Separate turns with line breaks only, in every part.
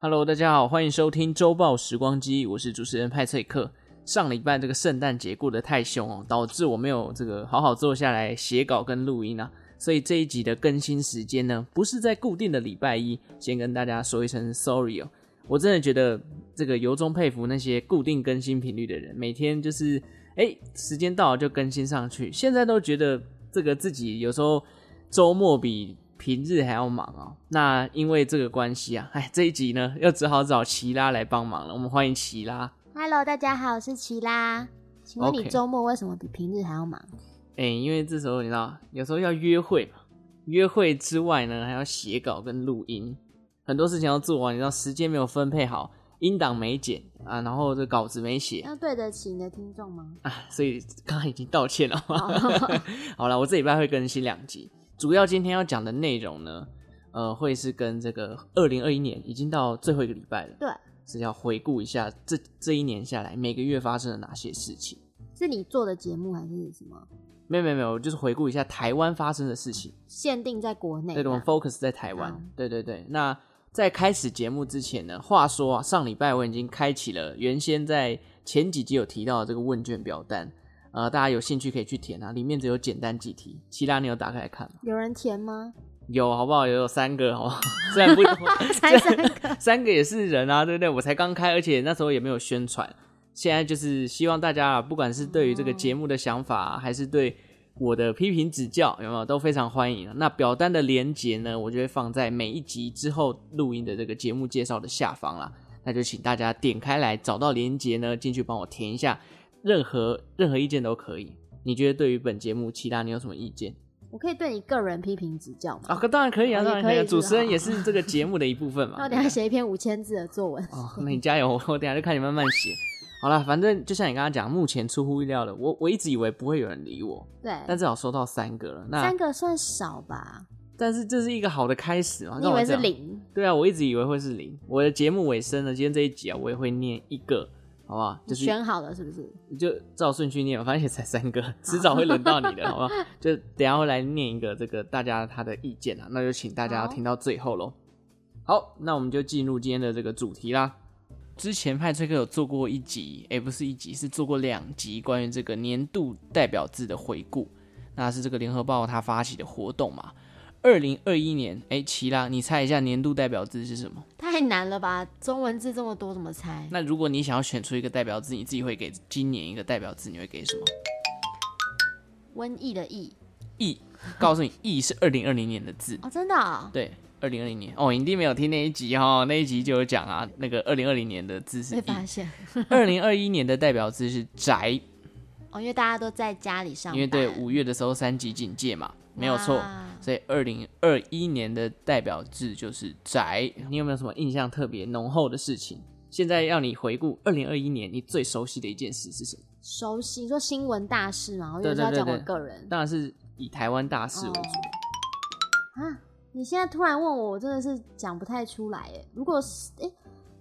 Hello，大家好，欢迎收听周报时光机，我是主持人派翠克。上礼拜这个圣诞节过得太凶哦，导致我没有这个好好坐下来写稿跟录音啊，所以这一集的更新时间呢，不是在固定的礼拜一，先跟大家说一声 sorry 哦。我真的觉得这个由衷佩服那些固定更新频率的人，每天就是哎时间到了就更新上去，现在都觉得这个自己有时候周末比平日还要忙哦。那因为这个关系啊，哎，这一集呢又只好找奇拉来帮忙了。我们欢迎奇拉。
Hello，大家好，我是奇拉。请问你
OK
周末为什么比平日还要忙？
哎、因为这时候你知道，有时候要约会嘛，约会之外呢还要写稿跟录音，很多事情要做完，啊你知道时间没有分配好，音档没剪啊，然后这稿子没写，
要对得起你的听众吗？
啊，所以刚刚已经道歉了
哦。
好了，我这礼拜会更新两集，主要今天要讲的内容呢，呃，会是跟这个二零二一年已经到最后一个礼拜了，
对，
是要回顾一下这这一年下来每个月发生了哪些事情。
是你做的节目还是什么
没有没有没有，我就是回顾一下台湾发生的事情。
限定在国内啊
对，
的？
我们 focus 在台湾
好。
对对对，那在开始节目之前呢，话说啊，上礼拜我已经开启了原先在前几集有提到的这个问卷表单，呃，大家有兴趣可以去填啊，里面只有简单几题。其他你有打开来看吗？
有人 填吗？
有好不好？有有三个好不 好？虽然不多，
才三个
三个也是人啊，对不对？我才刚开，而且那时候也没有宣传。现在就是希望大家啊，不管是对于这个节目的想法啊、还是对我的批评指教，有没有都非常欢迎啊。那表单的连接呢，我就会放在每一集之后录音的这个节目介绍的下方啦。那就请大家点开来，找到连接呢，进去帮我填一下，任何任何意见都可以。你觉得对于本节目，其他你有什么意见？
我可以对你个人批评指教吗？
啊，可当然可以啊，
哦
当然
也
可以、啊。
可以
主持
是吧
人也是这个节目的一部分嘛。
那我等一下写一篇五千字的作文。
哦，那你加油，我等一下就看你慢慢写。好了，反正就像你刚刚讲，目前出乎意料的，我我一直以为不会有人理我，但
对，
至少收到三个了。那
三个算少吧？
但是这是一个好的开始嘛？
你
干
以
嘛
为
这
是
样？
零？
对啊，我一直以为会是零。我的节目尾声呢，今天这一集啊，我也会念一个，好不好？
你
就是
选好了是不是？
你就照顺序念吧，反正也才三个，迟早会轮到你的，好不好？就等一下会来念一个这个大家他的意见啊，那就请大家要
好
听到最后喽。好，那我们就进入今天的这个主题啦。之前派崔克有做过一集，诶、不是一集，是做过两集关于这个年度代表字的回顾，那是这个联合报他发起的活动嘛。二零二一年，诶、齐拉，你猜一下年度代表字是什么？
太难了吧？中文字这么多，怎么猜？
那如果你想要选出一个代表字，你自己会给今年一个代表字，你会给什么？
瘟疫的疫
疫，告诉你疫是二零二零年的字，
哦，真的哦、
对，二零二零年哦，你一定没有听那一集哈、哦，那一集就有讲啊，那个二零二零年的字是
被发
疫，
现
二零二一年的代表字是 宅，
哦，因为大家都在家里上班，啊
因为对五月的时候三级警戒嘛，没有错，
哇
所以二零二一年的代表字就是宅。你有没有什么印象特别浓厚的事情？现在要你回顾二零二一年你最熟悉的一件事是什么？
熟悉，说新闻大事嘛，我
对
就是要
对对
讲我
对
个人哦
当然是以台湾大事为主。
啊。你现在突然问我，我真的是讲不太出来哎。如果是哎、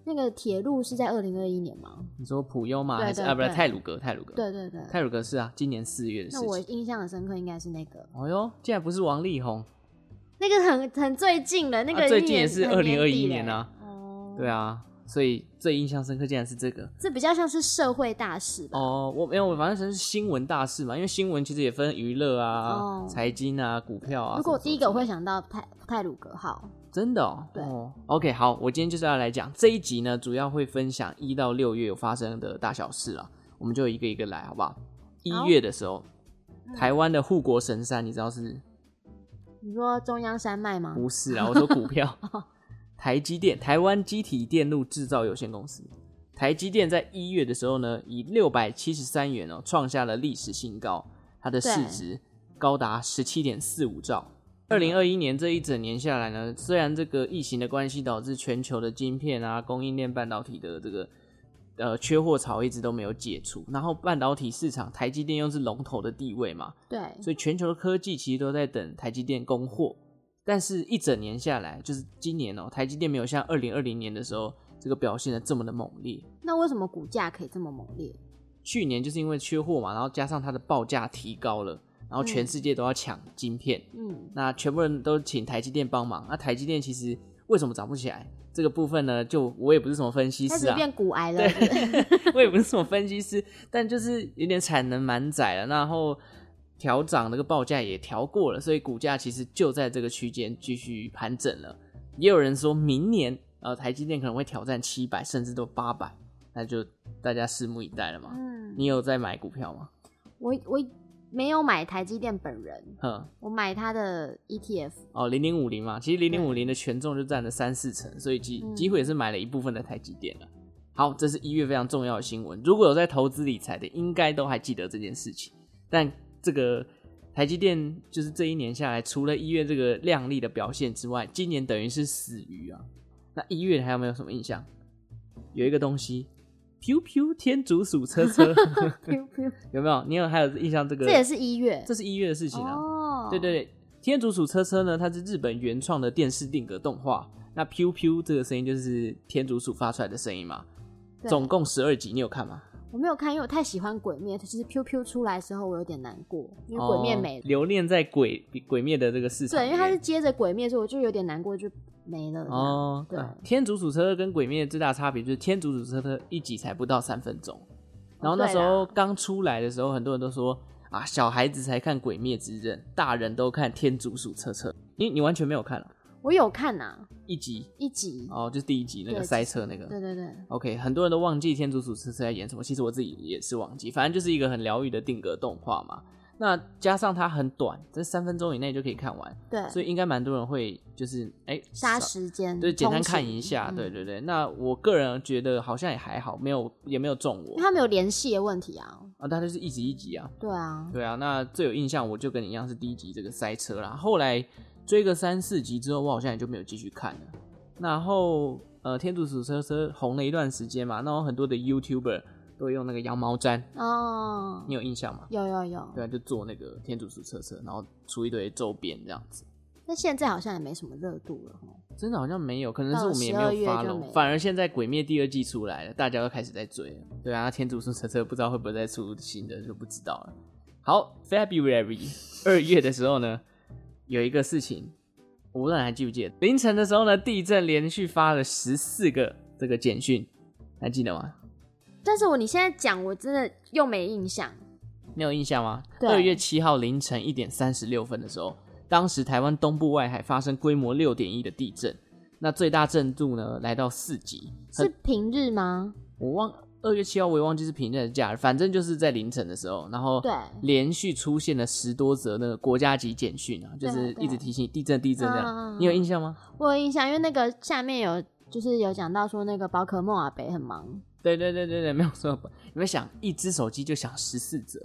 那个铁路是在二零二一年吗？
你说普悠吗？
对
还是
对
啊，不是
对
泰鲁格？泰鲁格。
对对对，
泰鲁格是啊，今年四月的事
那我
情。
印象很深刻应该是那个，
哦哟，竟然不是王力宏，
那个很很最近了，那个、
啊最近也是2021年啊
啊。哦，
对啊，所以最印象深刻竟然是这个。
这比较像是社会大事吧。
哦，我没有，我反正是新闻大事嘛，因为新闻其实也分娱乐啊
哦、
财、经啊、股票啊。
如果我
什么
第一个我会想到泰泰鲁格号，
真的哦，
对
哦，OK，好，我今天就是要来讲这一集呢，主要会分享一到六月有发生的大小事啊，我们就一个一个来，好不好？一月的时候，
嗯
台湾的护国神山，你知道是
你说中央山脉吗？
不是啊，我说股票，台积电，台湾机体电路制造有限公司。台积电在一月的时候呢，以六百七十三元哦，创下了历史新高，它的市
对
值高达十七点四五兆。二零二一年这一整年下来呢，虽然这个疫情的关系导致全球的晶片啊、供应链半导体的这个呃缺货潮一直都没有解除，然后半导体市场台积电又是龙头的地位嘛，
对，
所以全球的科技其实都在等台积电供货，但是一整年下来，就是今年哦、台积电没有像二零二零年的时候这个表现的这么的猛烈。
那为什么股价可以这么猛烈？
去年就是因为缺货嘛，然后加上它的报价提高了，然后全世界都要抢晶片，
嗯，
那全部人都请台积电帮忙。那台积电其实为什么涨不起来？这个部分呢，就我也不是什么分析
开
师
始
啊，
变骨癌了。
对， 我也不是什么分析师，但就是有点产能满载了，然后调涨那个报价也调过了，所以股价其实就在这个区间继续盘整了。也有人说明年呃台积电可能会挑战七百，甚至都八百，那就大家拭目以待了嘛。
嗯，
你有在买股票吗？
我我没有买台积电本人，
哼，
我买它的 E ETF。
哦，零零五零嘛，其实零零五零的权重就占了三四成，所以几
嗯
几乎也是买了一部分的台积电了。好，这是一月非常重要的新闻。如果有在投资理财的，应该都还记得这件事情。但这个台积电就是这一年下来，除了一月这个亮丽的表现之外，今年等于是死鱼啊。那一月还有没有什么印象？有一个东西，Q Q 天竺鼠车 车，
Q Q，
有没有？你有还有印象这个？
这也是一月。
这是一月的事情啊。
哦，
对对对，天竺鼠车车呢，它是日本原创的电视定格动画。那 “piu piu” 这个声音就是天竺鼠发出来的声音嘛？
对
总共十二集，你有看吗？
我没有看，因为我太喜欢鬼灭。其实 Q Q 出来的时候，我有点难过，因为鬼灭没
哦
了。
留恋在鬼鬼灭的这个市场
对，
里
因
面。
为它是接着鬼灭，所以我就有点难过，就没了。哦，
哦，
对
啊天竺鼠车车跟鬼灭最大的差别就是天竺鼠车车一集才不到三分钟，然后那
哦对
时
啦
候刚出来的时候，很多人都说啊，小孩子才看鬼灭之刃，大人都看天竺鼠车车。你你完全没有看啊？
我有看呐、
一集
一集。
哦，就是第一集那个
对
塞车那个。
对对对，
OK，很多人都忘记天竺鼠车车在演什么，其实我自己也是忘记，反正就是一个很疗愈的定格动画嘛。那加上它很短，这三分钟以内就可以看完，
对，
所以应该蛮多人会就是哎
杀
少
时间，嗯
对，简单
通勤
看一下，对，对对。那我个人觉得好像也还好，没有也没有中
因
我
为他们有联系的问题啊。
啊，它就是一集一集啊，
对啊，
对啊，那最有印象我就跟你一样是第一集这个塞车啦，后来追个三四集之后，我好像也就没有继续看了。然后呃，天竺鼠车车红了一段时间嘛，那有很多的 YouTuber 都用那个羊毛毡，
哦
你，有印象吗？
有有有，
对啊，就做那个天竺鼠车车，然后出一堆周边这样子。
但现在好像也没什么热度了吼。
真的好像没有，可能是
到
我
了
们也
12
没
月
有
就
发
没
了
了，
反而现在《鬼灭》第二季出来了，大家都开始在追了。对啊，天竺鼠车车不知道会不会再出新的，就不知道了。好，February 二月的时候呢，有一个事情，我不知道你还记不记得？凌晨的时候呢，地震连续发了十四个这个简讯，还记得吗？
但是我你现在讲，我真的又没印象。
你有印象吗？
对
二月七号凌晨一点三十六分的时候，当时台湾东部外海发生规模六点一的地震，那最大震度呢来到四级，很
是平日吗？
我忘二月七号，我也忘记是平日还是假日，反正就是在凌晨的时候，然后
对
连续出现了十多则那个国家级简讯啊，就
对啊
是
对啊
一直提醒你地震地震这
嗯嗯
样，
嗯
你有印象吗？
我有印象，因为那个下面有就是有讲到说那个宝可梦阿北很忙，
对对对对对，没有错。 你们想，一只手机就想十四则，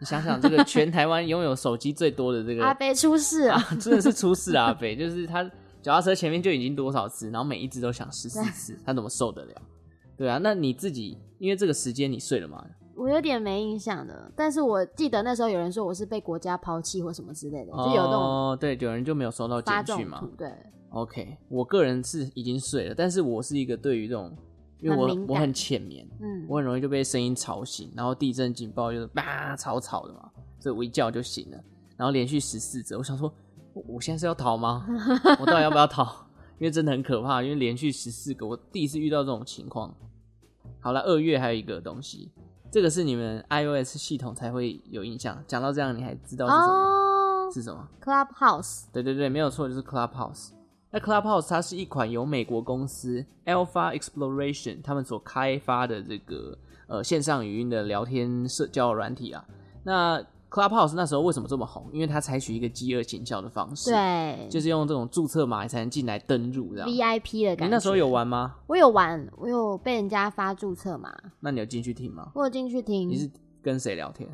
你想想这个全台湾拥有手机最多的这个
阿北出事了。
啊， 真的是出事啊！北就是他脚踏车前面就已经多少次，然后每一只都想十四次，他怎么受得了？对啊，那你自己因为这个时间你睡了吗？
我有点没印象的，但是我记得那时候有人说我是被国家抛弃或什么之类的，就有那种
哦，对，有人就没有收到
发
简
这
讯
种
嘛
图，。对，
OK，我个人是已经睡了，但是我是一个对于这种，因为
很
我
敏
我
感
很浅眠，
嗯，
我很容易就被声音吵醒，然后地震警报就是吧吵吵的嘛，所以我一叫就醒了，然后连续十四折，我想说，我我现在是要逃 吗？我到底要不要逃？因为真的很可怕，因为连续十四个，我第一次遇到这种情况。好了，二月还有一个东西，这个是你们 iOS 系统才会有印象。讲到这样，你还知道是什么？
哦
是什么？
，Clubhouse，
对对对，没有错，就是 Clubhouse。那 Clubhouse 它是一款由美国公司 Alpha Exploration 他们所开发的这个呃线上语音的聊天社交软体啊。那 Clubhouse 那时候为什么这么红？因为它采取一个饥饿行销的方式，，
对，
就是用这种注册码才能进来登入这样。你
VIP 的感觉。
那时候有？玩吗？
我有玩，我有被人家发注册嘛，
那你有进去听吗？
我有进去听。
你是跟谁聊天？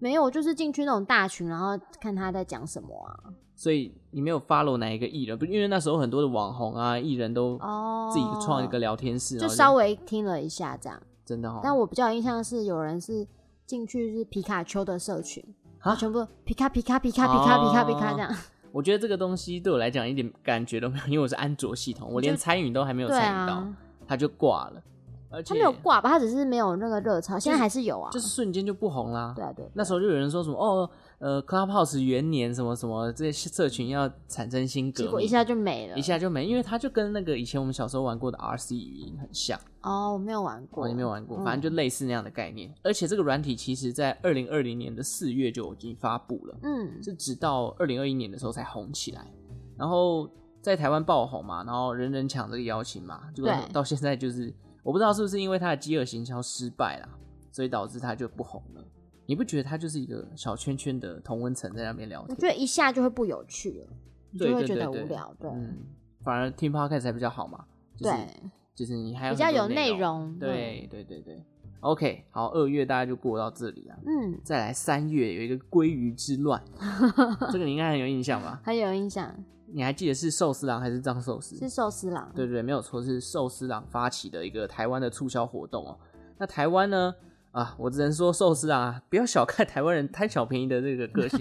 没有，我就是进去那种大群，然后看他在讲什么啊。
所以你没有 follow 哪一个艺人？不，因为那时候很多的网红啊、艺人都
哦，
自己创一个，聊天室，
就
然后
稍微听了一下这样。
真的哦。
但我比较有印象是有人是进去是皮卡丘的社群，然
啊
后全部皮卡皮卡皮卡皮卡皮卡皮卡
哦
这样。
我觉得这个东西对我来讲一点感觉都没有，因为我是安卓系统，我连参与都还没有
对
参与到，
啊，
它就挂了，而且
他没有挂吧？他只是没有那个热潮，现在还是有啊。
就是瞬间就不红啦。
对啊对，
那时候就有人说什么哦，呃 Clubhouse 元年什么什么这些社群要产生新
结
革
果
命，
一下就没了。
一下就没，因为它就跟那个以前我们小时候玩过的 RC 语音很像。
哦，我没有玩过，
我也没有玩过，反
嗯
正就类似那样的概念。而且这个软体其实在二零二零年的四月就已经发布了，
嗯，
是直到二零二一年的时候才红起来，然后在台湾爆红嘛，然后人人抢这个邀请嘛，就
对
到现在就是我不知道是不是因为它的饥饿行销失败啦，所以导致它就不红了。你不觉得它就是一个小圈圈的同温层在那边聊
我
天？
觉得一下就会不有趣了，你
对
就会
对
觉
对
得
对
无聊，对
嗯，反而听 podcast 才比较好嘛，就是
对，
就是你还有
比较
很多
有内容，嗯
对对对对，OK，好，二月大家就过到这里了。
嗯，嗯，
再来三月有一个鲑鱼之乱， 这个你应该很有印象吧？
很有印象，
你还记得是寿司郎还是藏寿司？
是寿司郎，
对对对，没有错，是寿司郎发起的一个台湾的促销活动哦。那台湾呢？啊，我只能说寿司郎啊，不要小看台湾人贪小便宜的这个 个性，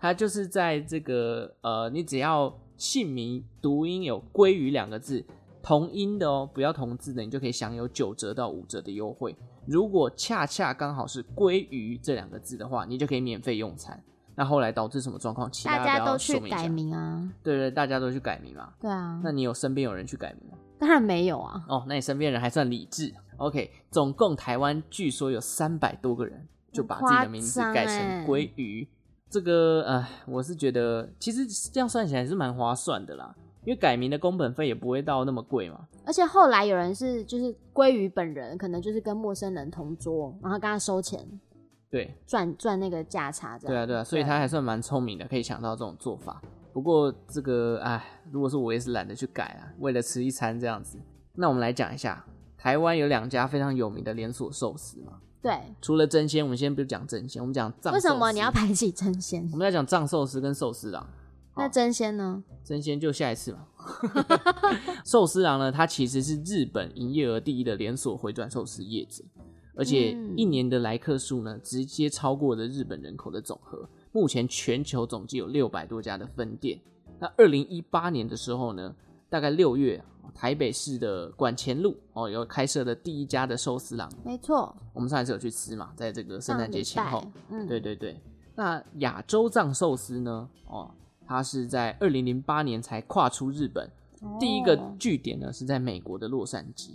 他就是在这个呃，你只要姓名读音有“鲑鱼”两个字，同音的哦，不要同字的，你就可以享有九折到五折的优惠。如果恰恰刚好是“鲑鱼”这两个字的话，你就可以免费用餐。那后来导致什么状况？请
大
家
家
不要
都
说
去
明一
改
下，
名啊，
对对，大家都去改名嘛。
对啊，
那你有身边有人去改名吗？
当然没有啊，
哦，那你身边人还算理智。OK，总共台湾据说有三百多个人就把自己的名字
很夸张
改成
欸
鲑鱼。这个呃，我是觉得其实这样算起来是蛮划算的啦，因为改名的工本费也不会到那么贵嘛。
而且后来有人是就是鲑鱼本人，可能就是跟陌生人同桌，然后跟他收钱
对，
赚赚那个价差，这样
对啊，对啊，所以他还算蛮聪明的，可以想到这种做法。不过这个哎，如果是我也是懒得去改啊，为了吃一餐这样子。那我们来讲一下，台湾有两家非常有名的连锁寿司嘛，
对，
除了真鲜，我们先不讲真鲜，我们讲藏
为什
寿
么
司
你要排挤真仙
我？们要讲藏寿司跟寿司郎，
那真仙呢？
真仙就下一次 嘛。 寿司郎呢，它其实是日本营业额第一的连锁回转寿司业者，而且
嗯
一年的来客数呢，直接超过了日本人口的总和。目前全球总计有六百多家的分店。那二零一八年的时候呢，大概六月，台北市的管前路哦，有开设了第一家的寿司郎。
没错，
我们上一次有去吃嘛，在这个圣诞节前
上礼
后
拜，，嗯，
对对对，那亚洲藏寿司呢？哦，它是在二零零八年才跨出日本，
哦
第一个据点呢是在美国的洛杉矶，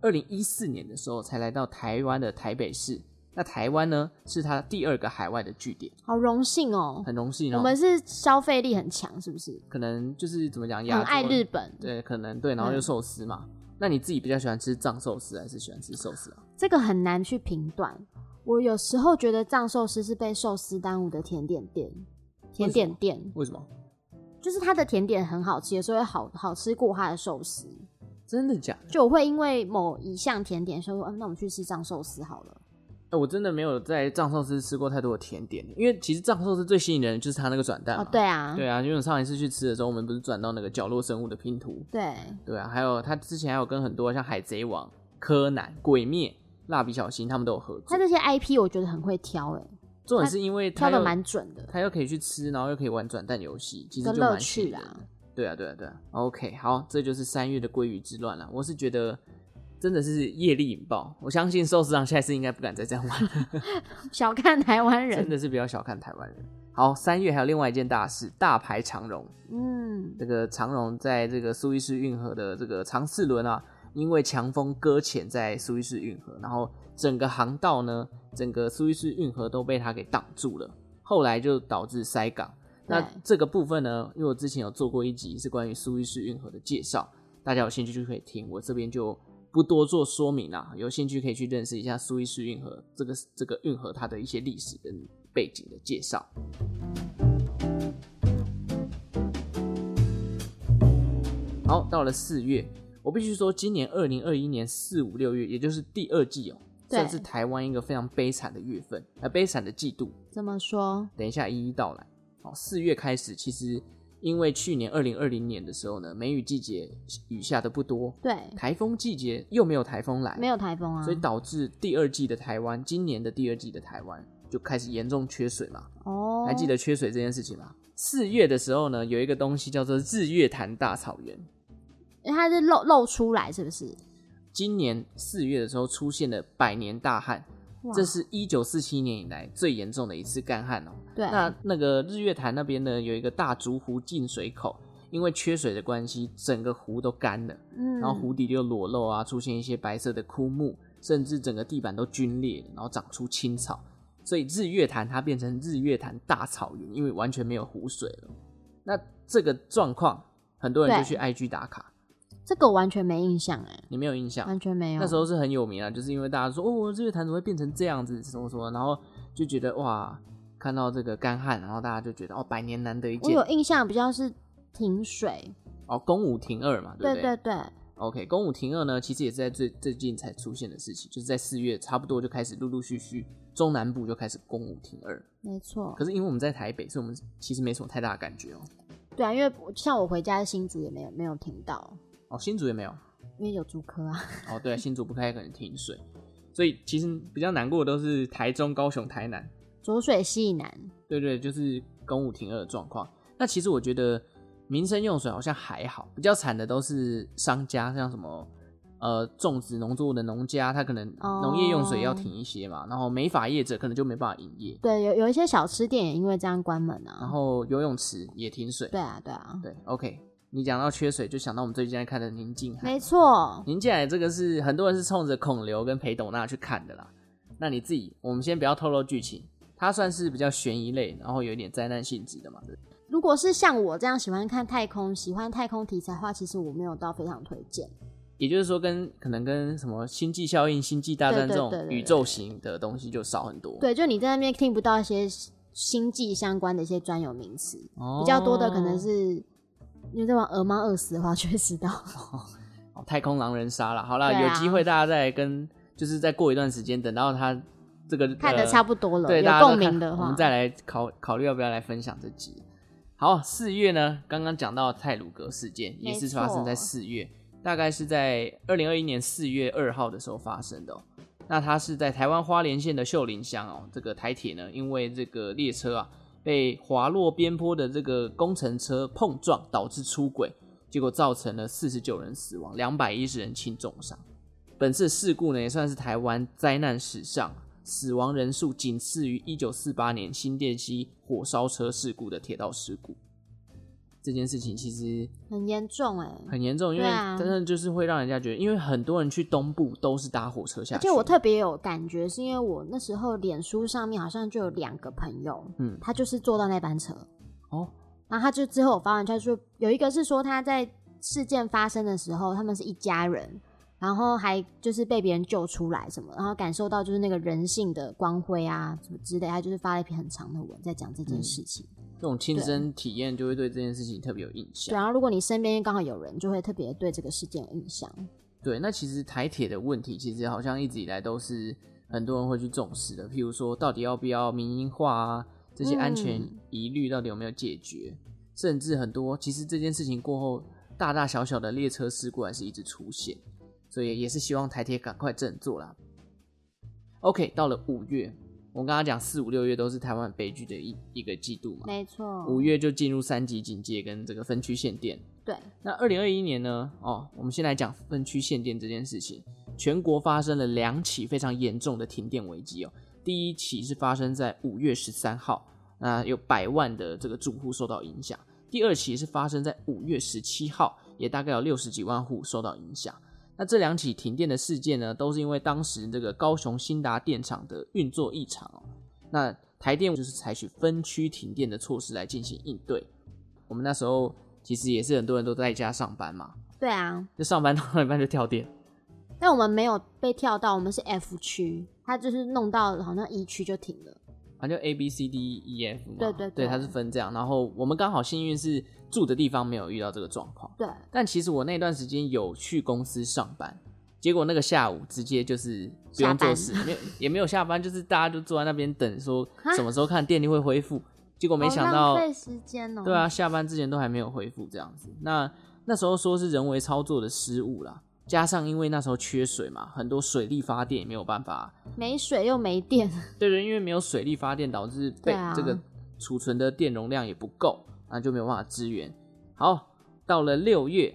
二零一四年的时候才来到台湾的台北市。那台湾呢是它第二个海外的据点，
好荣幸哦，
很荣幸哦。
我们是消费力很强，是不是？
可能就是怎么讲，亚
很
洲
爱日本，
对，可能对，然后又
嗯
寿司嘛。那你自己比较喜欢吃藏寿司还是喜欢吃寿司啊？
这个很难去评断。我有时候觉得藏寿司是被寿司耽误的甜点店，甜点店
为什么？
就是它的甜点很好吃，有时候会好好吃过它的寿司。
真的假的？
就我会因为某一项甜点说，嗯，那我们去吃藏寿司好了。
哎我真的没有在藏寿司吃过太多的甜点，因为其实藏寿司最吸引人的就是它那个转蛋嘛。
哦，对啊，
对啊，因为我上一次去吃的时候，我们不是转到那个角落生物的拼图，
对
对啊，还有他之前还有跟很多像海贼王、柯南、鬼灭、蜡笔小新他们都有合作。
它这些 IP 我觉得很会挑、欸，
重点是因为他
挑的
又
蛮准的。
他又可以去吃，然后又可以玩转蛋游戏，其实
个
就
乐
蛮吸
趣
引人
啦
的。对啊，对啊，对啊。OK，好，这就是三月的鲑鱼之乱了。我是觉得真的是业力引爆，我相信寿司郎下一次应该不敢再这样玩了。
小看台湾
真
人，
的是不要小看台湾人。好，三月还有另外一件大事，大牌长荣。
嗯，
这个长荣在这个苏伊士运河的这个长四轮啊，因为强风搁浅在苏伊士运河，然后整个航道呢，整个苏伊士运河都被它给挡住了，后来就导致塞港。那
对
这个部分呢，因为我之前有做过一集是关于苏伊士运河的介绍，大家有兴趣就可以听，我这边就不多做说明啦、有兴趣可以去认识一下苏伊士运河这个这个运河它的一些历史跟背景的介绍。好，到了四月，我必须说，今年二零二一年四五六月，也就是第二季哦，
对
算是台湾一个非常悲惨的月份，呃，悲惨的季度。
怎么说？
等一下一一道来。好，四月开始，其实因为去年二零二零年的时候呢，梅雨季节雨下的不多，
对，
台风季节又没有台风来，
嗯没有台风啊，
所以导致第二季的台湾，今年的第二季的台湾就开始严重缺水嘛。
哦，
还记得缺水这件事情吗？四月的时候呢，有一个东西叫做日月潭大草原，
因为它是露露出来，是不是？
今年四月的时候出现了百年大旱，
哇
这是一九四七年以来最严重的一次干旱哦。
对，
那那个日月潭那边呢，有一个大竹湖进水口，因为缺水的关系，整个湖都干了，
嗯，
然后湖底就裸露啊，出现一些白色的枯木，甚至整个地板都皲裂，然后长出青草。所以日月潭它变成日月潭大草原，因为完全没有湖水了。那这个状况，很多人就
对
去 IG 打卡，
这个我完全没印象哎，
你没有印象？
完全没有。
那时候是很有名啊，就是因为大家说哦，日月潭怎么会变成这样子，什么什么，然后就觉得哇，看到这个干旱，然后大家就觉得哦，百年难得一
我
见
有印象比较是停水，
哦，公武停二嘛，对不对
对对对，
OK，公武停二呢，其实也是在最最近才出现的事情，就是在四月差不多就开始陆陆续续中南部就开始公武停二，
没错
可。是因为我们在台北，所以我们其实没什么太大的感觉哦。
对啊，因为我像我回家的新竹也没有没有停到，
哦，新竹也没有
因为有竹科啊。
哦，对、啊，新竹不太可能停水，所以其实比较难过的都是台中、高雄、台南。
浊水溪以南，
对对，就是公五停二的状况。那其实我觉得民生用水好像还好，比较惨的都是商家，像什么呃种植农作物的农家，他可能
哦
农业用水要停一些嘛，然后美发业者可能就没办法营业，
对，有有一些小吃店也因为这样关门啊。
然后游泳池也停水。
对啊，对啊，
哦对，OK，你讲到缺水，就想到我们最近在看的宁静海。
没错，
宁静海这个是很多人是冲着孔刘跟裴斗娜去看的啦。那你自己，我们先不要透露剧情，它算是比较悬疑类，然后有一点灾难性质的嘛。对不对
如果是像我这样喜欢看太空、喜欢太空题材的话，其实我没有到非常推荐。
也就是说跟，可能跟什么《星际效应》《星际大战》
对对
这种
对对对
宇宙型的东西就少很多，
对，就你在那边听不到一些星际相关的一些专有名词，
哦
比较多的可能是。因为这帮鹅妈饿死的话， 就会知道。
哦太空狼人杀啦。好啦，
对啊
有机会大家再跟，就是再过一段时间，等到他这个
看得
呃
差不多了，
对
有
大家都
共鸣
看
的
我
话
们，再来考考虑要不要来分享这集。好，四月呢，刚刚讲到泰鲁格事件，也是
没错
发生在四月，大概是在二零二一年四月二号的时候发生的、哦。那它是在台湾花莲县的秀林乡哦，这个台铁呢，因为这个列车啊被滑落边坡的这个工程车碰撞，导致出轨，结果造成了四十九人死亡，两百一十人轻重伤。本次事故呢，也算是台湾灾难史上死亡人数仅次于一九四八年新店溪火烧车事故的铁道事故。这件事情其实
很严重哎、
很严重，因为
对啊
真的就是会让人家觉得，因为很多人去东部都是搭火车下
而
去。
且我特别有感觉，是因为我那时候脸书上面好像就有两个朋友，
嗯
他就是坐到那班车，
哦，
然后他就之后我发完，他就说有一个是说他在事件发生的时候，他们是一家人，然后还就是被别人救出来什么，然后感受到就是那个人性的光辉啊什么之类，他就是发了一篇很长的文在讲这
嗯
件事情。
这种亲身体验就会对这件事情特别有印
对，
象。
然后如果你身边刚好有人，就会特别对这个事件有印象。
对，那其实台铁的问题，其实好像一直以来都是很多人会去重视的。譬如说，到底要不要民营化啊？这些安全
嗯
疑虑到底有没有解决？甚至很多，其实这件事情过后，大大小小的列车事故还是一直出现，所以也是希望台铁赶快振作啦。OK，到了五月，我刚刚讲四五六月都是台湾悲剧的一一个季度嘛，
没错，
五月就进入三级警戒跟这个分区限电。
对，
那二零二一年呢？哦，我们先来讲分区限电这件事情。全国发生了两起非常严重的停电危机哦。第一起是发生在五月十三号，那有百万的这个住户受到影响；第二起是发生在五月十七号，也大概有六十几万户受到影响。那这两起停电的事件呢，都是因为当时这个高雄新达电厂的运作异常哦。那台电就是采取分区停电的措施来进行应对。我们那时候其实也是很多人都在家上班嘛，
对啊，
就上班 到一半就跳电。
但我们没有被跳到，我们是 F 区，他就是弄到好像 E 区就停了。
反正 A B C D E F 嘛，
对对对
它是分这样。然后我们刚好幸运是住的地方没有遇到这个状况，
对，
但其实我那段时间有去公司上班，结果那个下午直接就是不用做事，没有也没有下班，就是大家就坐在那边等，说
哈
什么时候看电力会恢复。结果没想
好
到，
哦浪费时间哦、
对啊，，下班之前都还没有恢复这样子。那那时候说是人为操作的失误啦，加上因为那时候缺水嘛，很多水力发电也没有办法
没水又没电，
对对，因为没有水力发电，导致被
对啊
这个储存的电容量也不够，那就没有办法支援。好，到了六月，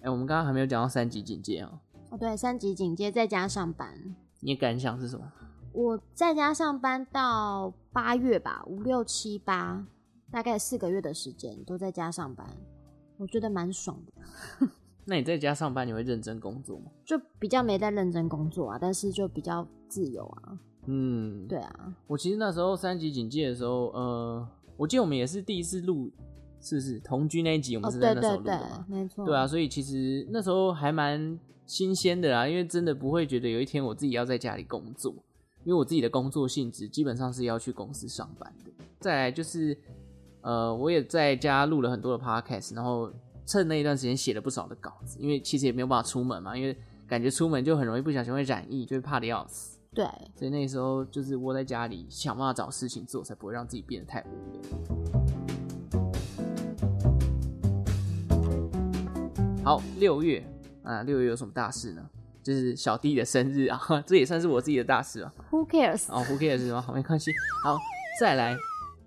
哎，我们刚刚还没有讲到三级警戒啊、
哦，对，三级警戒在家上班，
你的感想是什么？
我在家上班到八月吧，五六七八，大概四个月的时间都在家上班，我觉得蛮爽的，
那你在家上班，你会认真工作吗？
就比较没在认真工作啊，但是就比较自由啊，
嗯，
对啊，
我其实那时候三级警戒的时候，呃，我记得我们也是第一次录，是不是同居那一集？我
哦
们是在
对
那时候
对
录
对嗯
的嘛？，
没错，
对啊，，所以其实那时候还蛮新鲜的啦，因为真的不会觉得有一天我自己要在家里工作，因为我自己的工作性质基本上是要去公司上班的。再来就是，呃，我也在家录了很多的 podcast，然后趁那一段时间写了不少的稿子，因为其实也没有办法出门嘛，因为感觉出门就很容易不小心会染疫，就会怕的要死。
对，
所以那时候就是窝在家里，想办法找事情做，才不会让自己变得太无聊。好，六月啊，六月有什么大事呢？就是小弟的生日啊， 这也算是我自己的大事啊。
Who cares？
哦，Who cares 吗？好，没关系。好，再来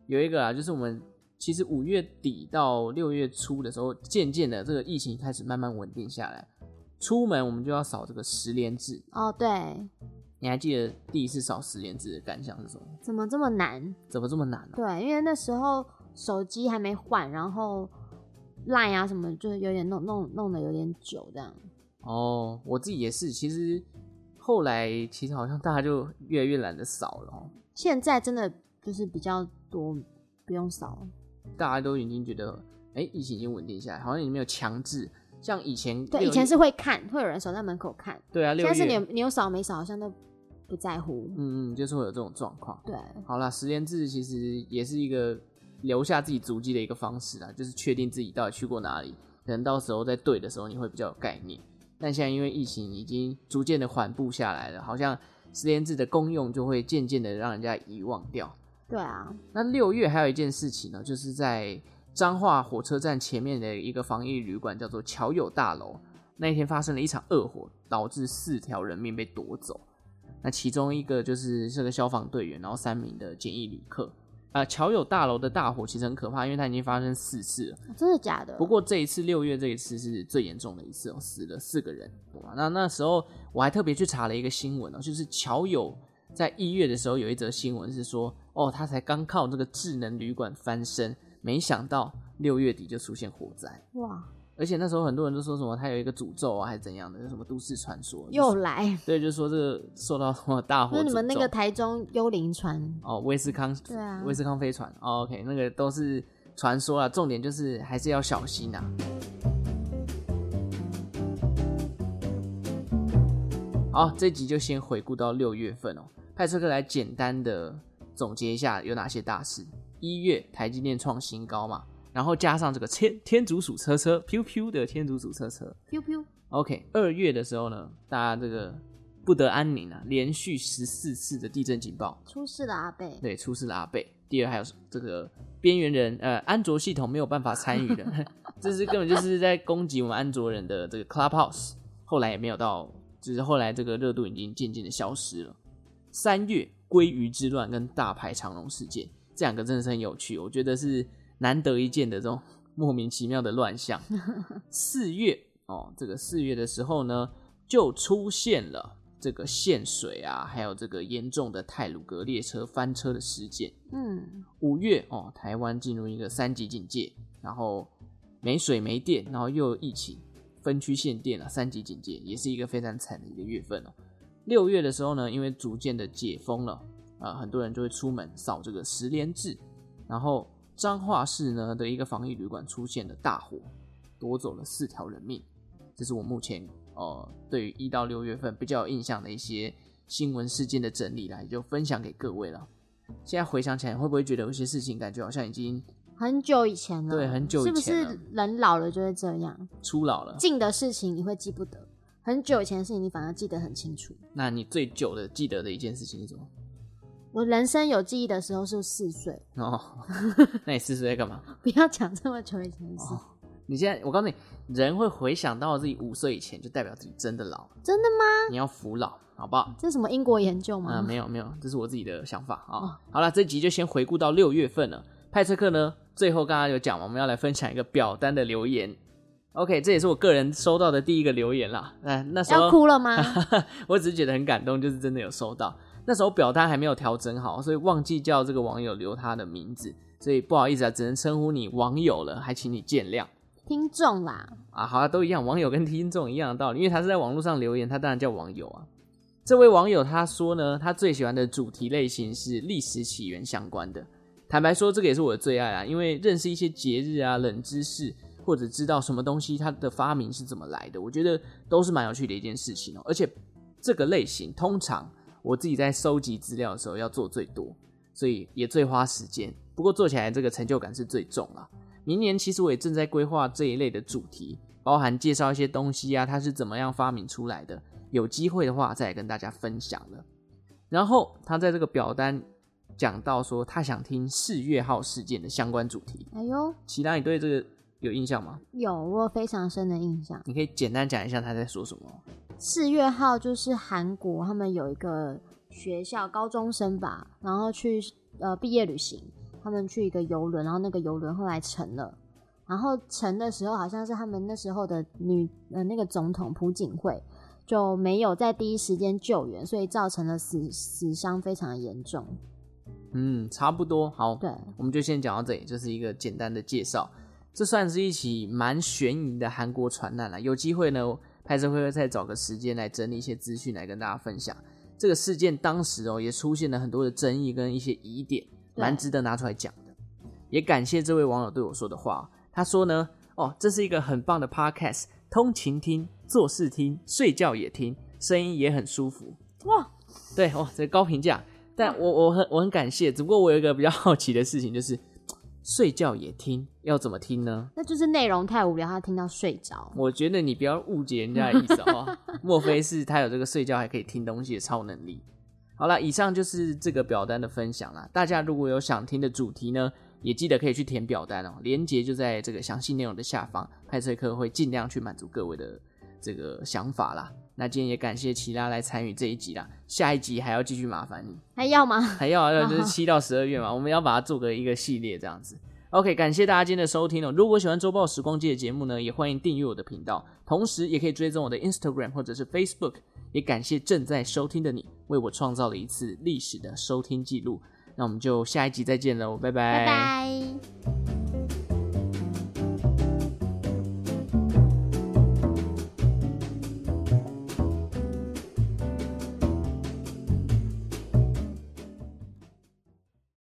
有一个啊，就是我们其实五月底到六月初的时候，渐渐的这个疫情开始慢慢稳定下来，出门我们就要扫这个十连制。
哦，对，
你还记得第一次扫十连制的感想是什么？
怎么这么难？
怎么这么难呢、
对，因为那时候手机还没换，然后 Line 啊什么，就是有点弄弄弄的有点久这样。
哦，我自己也是，其实后来其实好像大家就越来越懒得扫了、哦，
现在真的就是比较多不用扫，
大家都已经觉得，哎、疫情已经稳定下来，好像已经没有强制，像以前
对，
六
以前
月
是会看，会有人守在门口看，
对啊，六
但是你
月
有你有扫没扫好像都不在乎。
嗯嗯，就是会有这种状况。
对，
好啦，十连制其实也是一个留下自己足迹的一个方式啊，就是确定自己到底去过哪里，可能到时候在对的时候你会比较有概念。但现在因为疫情已经逐渐的缓步下来了，好像十连制的功用就会渐渐的让人家遗忘掉。
对啊，
那六月还有一件事情呢，就是在彰化火车站前面的一个防疫旅馆叫做侨友大楼，那一天发生了一场恶火，导致四条人命被夺走。那其中一个就是这个消防队员，然后三名的检疫旅客。啊、侨友大楼的大火其实很可怕，因为它已经发生四次了。
真的假的？
不过这一次六月这一次是最严重的一次哦，死了四个人。哇，那那时候我还特别去查了一个新闻哦，就是侨友在一月的时候有一则新闻是说，哦，他才刚靠这个智能旅馆翻身，没想到六月底就出现火灾，
哇，
而且那时候很多人都说什么他有一个诅咒啊，还是怎样的，有什么都市传说，
又
就是
来，
对，就说这个受到什么大火诅
那
咒。
你们那个台中幽灵船，
哦，威斯康，
对啊
威斯康飞船、哦、，OK，那个都是传说啊，重点就是还是要小心啊。好，这集就先回顾到六月份哦。派车哥来简单的总结一下有哪些大事。一月台积电创新高嘛，然后加上这个天天竺鼠车车，Q Q 的天竺鼠车车，
p u
OK，二月的时候呢，大家这个不得安宁啊，连续十四次的地震警报，
出事了阿贝，
对，出事了阿贝。第二还有这个边缘人，呃，安卓系统没有办法参与的， 这是根本就是在攻击我们安卓人的这个 Clubhouse。后来也没有到，只是后来这个热度已经渐渐的消失了。三月鲑鱼之乱跟大排长龙事件，这两个真的是很有趣，我觉得是难得一见的这种莫名其妙的乱象。四月哦，这个四月的时候呢，就出现了这个限水啊，还有这个严重的泰鲁格列车翻车的事件。
嗯，
五月哦，台湾进入一个三级警戒，然后没水没电，然后又有疫情，分区限电啊，三级警戒也是一个非常惨的一个月份哦。六月的时候呢，因为逐渐的解封了，呃，很多人就会出门扫这个十连制，然后彰化市呢的一个防疫旅馆出现了大火，夺走了四条人命，这是我目前呃对于一到六月份比较有印象的一些新闻事件的整理啦，也就分享给各位了。现在回想起来，会不会觉得有些事情感觉好像已经
很久以前了，
对很久以
是不
前
是
了
人老了就会这样？
初老了？
近的事情你会记不得，很久以前的事情你反而记得很清楚。
那你最久的记得的一件事情是什么？
我人生有记忆的时候是四岁，
哦，那你四岁在干嘛？
不要讲这么久以前的事。
哦你现在，我告诉你，人会回想到自己五岁以前，就代表自己真的老了。
真的吗？
你要服老，好不好？
这是什么英国研究
啊、
吗？
没有没有，这是我自己的想法啊、
哦
好了，这集就先回顾到六月份了。派车课呢，最后刚刚有讲嘛，我们要来分享一个表单的留言。OK，这也是我个人收到的第一个留言啦。那那时候
要哭了吗？
我只是觉得很感动，就是真的有收到。那时候表单还没有调整好，所以忘记叫这个网友留他的名字，所以不好意思啊，只能称呼你网友了，还请你见谅
听众啦，
啊。好啊，都一样，网友跟听众一样的道理，因为他是在网络上留言，他当然叫网友啊。这位网友他说呢，他最喜欢的主题类型是历史起源相关的。坦白说，这个也是我的最爱啊，因为认识一些节日啊、冷知识，或者知道什么东西它的发明是怎么来的，我觉得都是蛮有趣的一件事情哦。而且这个类型通常我自己在收集资料的时候要做最多，所以也最花时间。不过做起来这个成就感是最重啊。明年其实我也正在规划这一类的主题，包含介绍一些东西啊，它是怎么样发明出来的。有机会的话，再来跟大家分享了。然后他在这个表单讲到说，他想听四月号事件的相关主题。
哎呦，
其他你对这个有印象吗？
有我有非常深的印象。
你可以简单讲一下他在说什么。
四月号就是韩国他们有一个学校高中生吧，然后去呃毕业旅行，他们去一个游轮，然后那个游轮后来沉了，然后沉的时候好像是他们那时候的女呃那个总统朴槿惠就没有在第一时间救援，所以造成了死死伤非常严重。
嗯，差不多。好，
对，
我们就先讲到这里，这是一个简单的介绍。这算是一起蛮悬疑的韩国船难了。有机会呢，拍摄会会再找个时间来整理一些资讯来跟大家分享。这个事件当时哦也出现了很多的争议跟一些疑点，
对
蛮值得拿出来讲的。也感谢这位网友对我说的话哦、他说呢，哦，这是一个很棒的 podcast，通勤听、做事听、睡觉也听，声音也很舒服。
哇，
对哦，这高评价。但我我很我很感谢，只不过我有一个比较好奇的事情，就是睡觉也听，要怎么听呢？
那就是内容太无聊，他听到睡着。
我觉得你不要误解人家的意思哦。莫非是他有这个睡觉还可以听东西的超能力？好啦，以上就是这个表单的分享啦。大家如果有想听的主题呢，也记得可以去填表单哦，连结就在这个详细内容的下方。派翠克会尽量去满足各位的这个想法啦。那今天也感谢齐拉来参与这一集啦，下一集还要继续麻烦你。
还要吗？
还要要就是
好
七到十二月嘛，我们要把它做个一个系列这样子。OK，感谢大家今天的收听哦。如果喜欢周报时光机的节目呢，也欢迎订阅我的频道，同时也可以追踪我的 Instagram 或者是 Facebook。也感谢正在收听的你，为我创造了一次历史的收听记录。那我们就下一集再见喽，拜
拜拜。